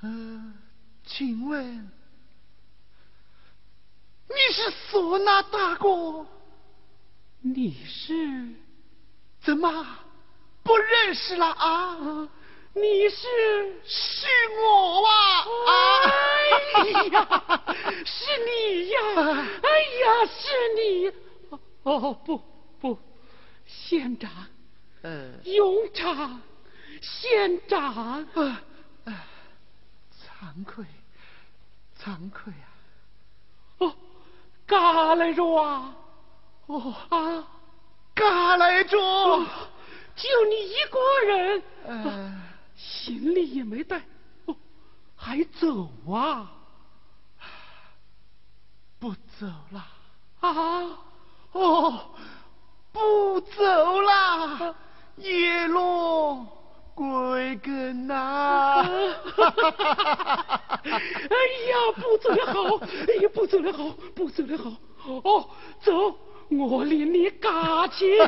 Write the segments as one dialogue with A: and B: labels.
A: 啊请问你是唢呐大哥？
B: 你是
A: 怎么不认识了啊？
B: 你是
A: 是我啊！
B: 哎呀，是你呀！哎呀，是你！哦，不不，县长、
A: 呃，
B: 勇长、县长，
A: 啊啊，惭愧，惭愧啊！
B: 哦，嘎来着啊！
A: 哦，
B: 啊，哦
A: 嘎来着，
B: 就你一个人，哦
A: 呃，
B: 行李也没带，哦，还走啊？
A: 不走了，
B: 啊，
A: 哦，不走了，夜落归根啊呐、
B: 哎呀，不走了好，哎呀，不走了好，不走了好，哦，走，我领你 嘎去。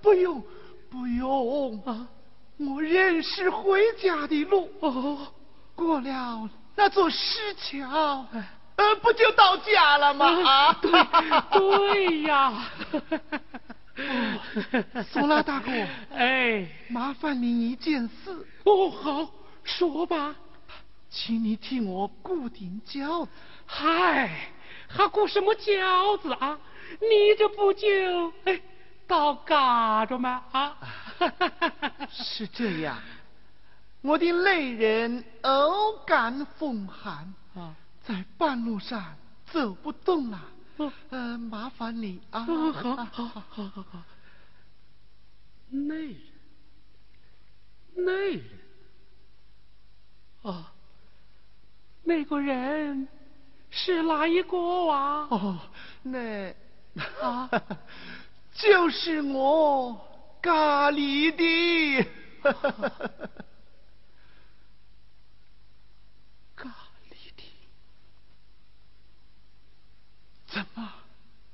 A: 不用，不用，
B: 啊，
A: 我认识回家的路。
B: 哦，
A: 过了那座石桥，呃，不就到家了吗？啊，
B: 对对 呀，
A: 索拉大哥，
B: 哎，
A: 麻烦您一件事，
B: 哦好，说吧，
A: 请你替我固定轿子。
B: 嗨，还顾什么饺子啊？你这不就哎到嘎着吗？啊，
A: 是这样，我的泪人偶感风寒，
B: 啊，
A: 在半路上走不动了，
B: 哦
A: 呃，麻烦你啊。
B: 哦，好好好好好好，内人，内人，哦，那个人是哪一个啊？
A: 哦，那
B: 啊
A: 就是我咖喱的。
B: 咖喱的，
A: 怎么，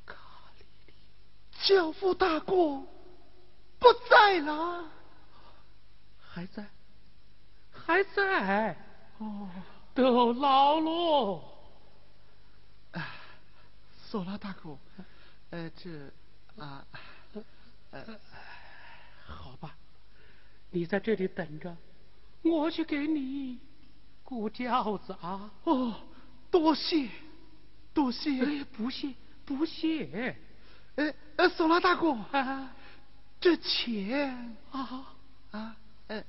B: 咖喱的，
A: 教父大哥不在了？
B: 还在，还在，
A: 哦，
B: 都老了。
A: 啊索拉大哥，呃，这啊，呃
B: 好吧，你在这里等着，我去给你雇轿子啊。
A: 哦，多谢，多谢。
B: 哎，不谢，不谢。
A: 呃呃，索拉大哥，
B: 啊
A: 这钱
B: 啊！
A: 啊，呃，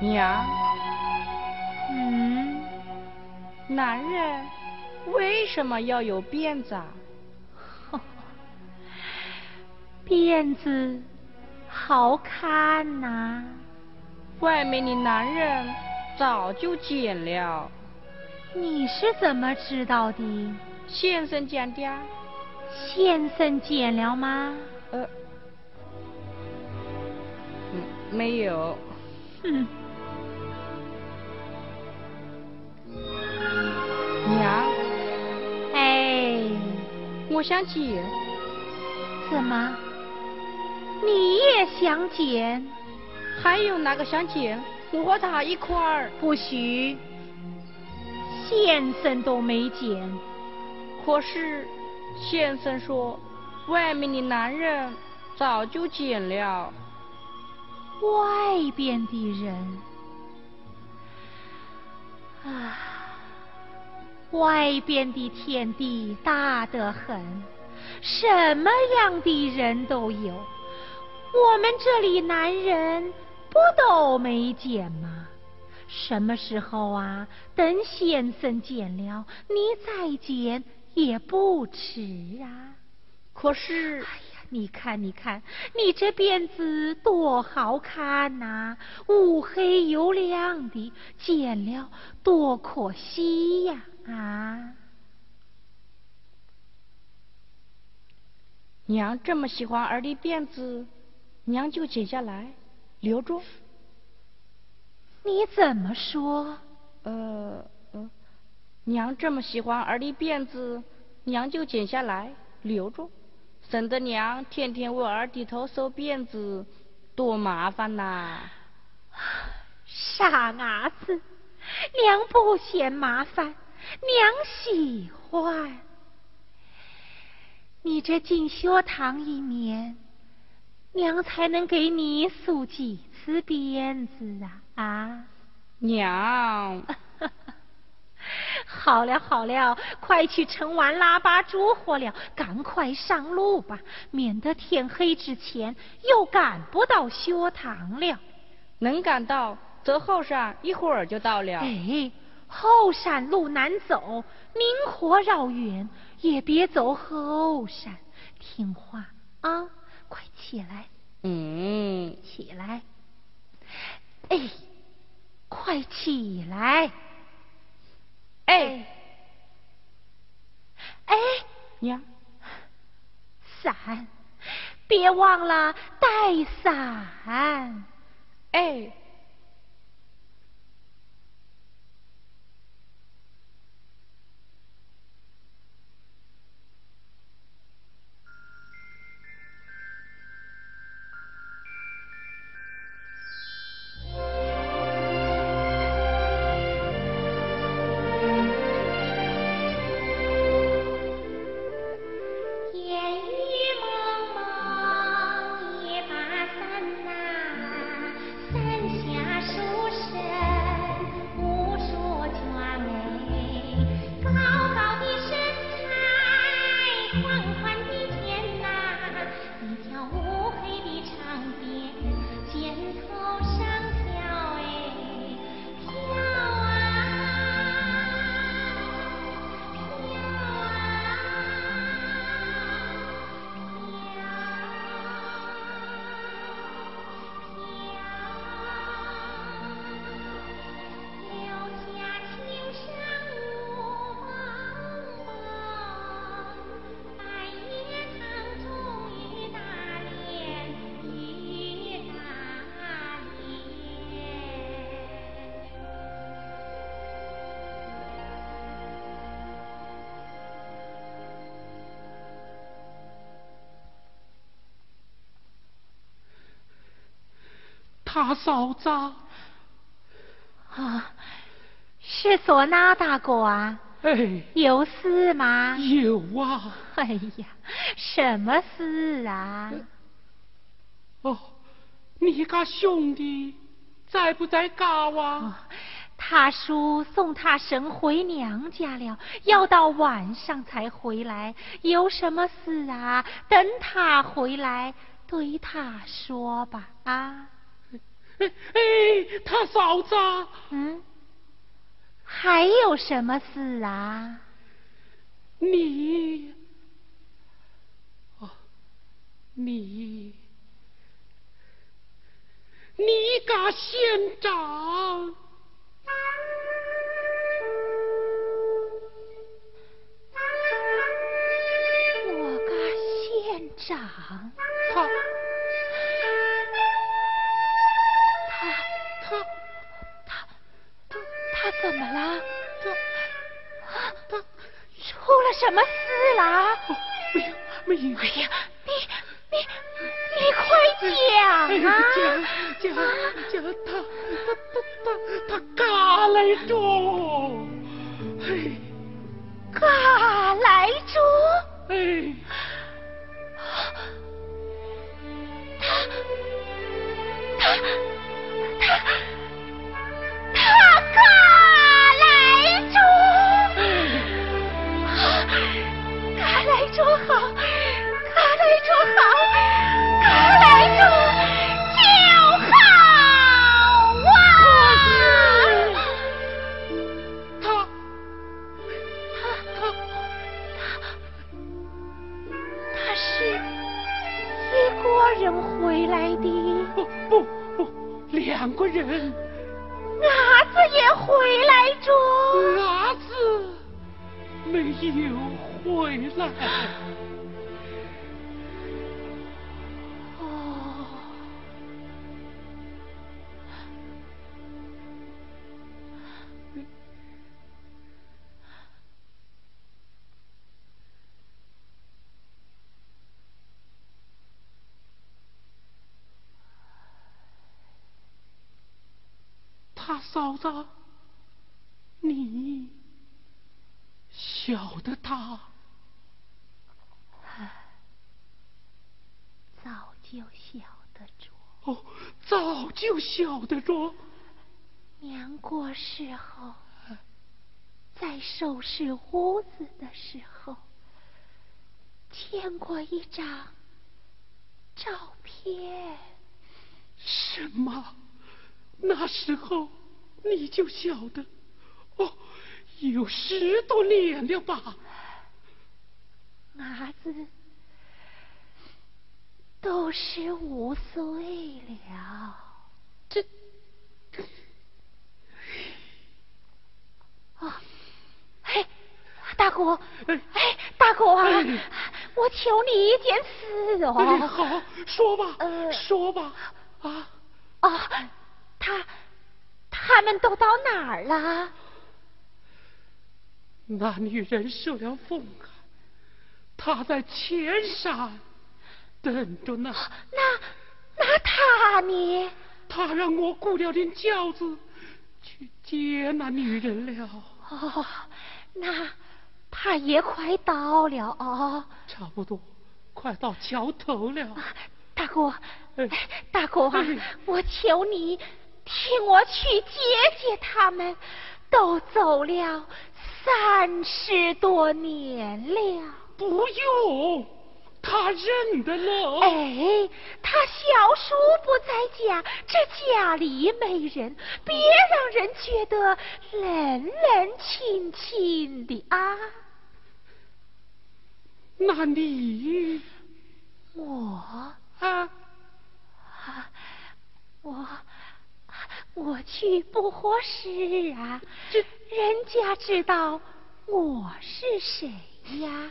C: 娘， 嗯，男人为什么要有辫子啊？
D: 辫子好看呐、
C: 外面的男人早就剪了，
D: 你是怎么知道的？
C: 先生讲的啊。
D: 先生剪了吗？
C: 呃，嗯，没有。
D: 嗯，
C: 娘，
D: 哎，
C: 我想剪。
D: 怎么，你也想剪？
C: 还有哪个想剪？我和他一块儿。
D: 不许，先生都没剪，
C: 可是先生说，外面的男人早就剪了。
D: 外边的人啊，外边的天地大得很，什么样的人都有。我们这里男人不都没剪吗？什么时候啊？等先生剪了，你再剪也不迟啊。
C: 可是
D: 哎呀，你看，你看，你这辫子多好看呐、乌黑油亮的，剪了多可惜呀啊！
C: 娘这么喜欢儿的辫子，娘就剪下来留住。
D: 你怎么说？
C: 呃呃，娘这么喜欢儿的辫子，娘就剪下来留住，省得娘天天为儿低头收辫子，多麻烦呐、
D: 傻伢子，娘不嫌麻烦，娘喜欢。你这进修堂一年，娘才能给你梳几次辫子啊啊！
C: 娘，
D: 好了好了，快去盛完腊八烛火了，赶快上路吧，免得天黑之前又赶不到修堂了。
C: 能赶到，则后山一会儿就到了。
D: 哎，后山路难走，明火绕远，也别走后山，听话啊！快起来，
C: 嗯，
D: 起来！哎，快起来！
C: 哎，
D: 哎，
C: 娘，
D: 伞，别忘了带伞。
C: 哎，
D: 烟雨蒙蒙一把伞呐，伞下书生无数佳美，高高的身材，宽宽的肩呐，一条乌黑的长辫，肩头上飘哎飘啊飘啊。
B: 他嫂子，
D: 啊，是唢呐大哥啊，
B: 哎，
D: 有事吗？
B: 有啊，
D: 哎呀，什么事啊？
B: 哦，你个兄弟在不在家
D: 哦
B: 啊？，
D: 他叔送他神回娘家了，要到晚上才回来。有什么事啊？等他回来对他说吧。啊，
B: 哎哎，他嫂子，
D: 嗯，还有什么事啊？
B: 你，哦，你，你个县长，
D: 我个县长，
B: 他
D: 他
B: 他
D: 他他他怎么了？
B: 他
D: 啊
B: 他，
D: 出了什么事啦、
B: 哦，没有没有，
D: 哎呀，你你你快
B: 哎
D: 讲
B: 呀
D: 啊！，
B: 讲
D: 啊
B: 讲讲他他他他他嘎来哎着，嘿
D: 嘎来猪，
B: 哎。
D: 他他他他嘎来猪，啊嘎来猪好，嘎来猪好，嘎来猪。为的。
B: 不不不，两个人，
D: 伢子也回来着。
B: 儿子没有回来。
D: 哦，
B: 他嫂子，你晓得他
D: 早就晓得着。
B: 哦，早就晓得着。
D: 娘过世后，在收拾屋子的时候，见过一张照片。
B: 什么？那时候你就晓得？哦，有十多年了吧？
D: 伢子都十五岁了，
B: 这
D: 啊，嘿，大姑，
B: 哎
D: 哎，大姑啊
B: 哎，
D: 我求你一件事
B: 哎，
D: 哦。
B: 好，说吧，
D: 呃
B: 说吧，啊，
D: 哦，他他们都到哪儿了？
B: 那女人受了风寒，她在前山等着呢。
D: 哦那那他呢？
B: 他让我雇了点轿子去接那女人了，
D: 哦，那他也快到了哦。
B: 差不多快到桥头了。
D: 啊大姑，
B: 哎
D: 哎大姑啊
B: 哎，
D: 我求你替我去接接他们，都走了三十多年了。
B: 不用，他认得了。
D: 哎，他小叔不在家，这家里没人，别让人觉得冷冷清清的啊！
B: 那你
D: 我
B: 啊，
D: 啊，我我去不合适啊！
B: 这
D: 人家知道我是谁呀？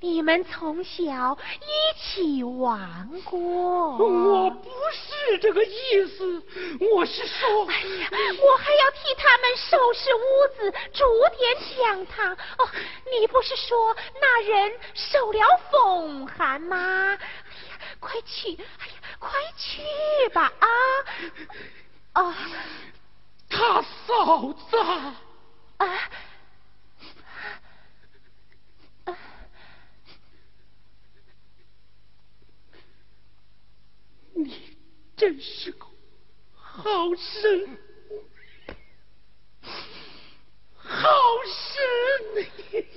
D: 你们从小一起玩过。
B: 我不是这个意思，我是说，
D: 哎呀，我还要替他们收拾屋子，煮点香汤。哦，你不是说那人受了风寒吗？哎呀，快去！哎呀，快去吧啊！哦
B: 他嫂子啊
D: 啊啊
B: 真是个好人，好人。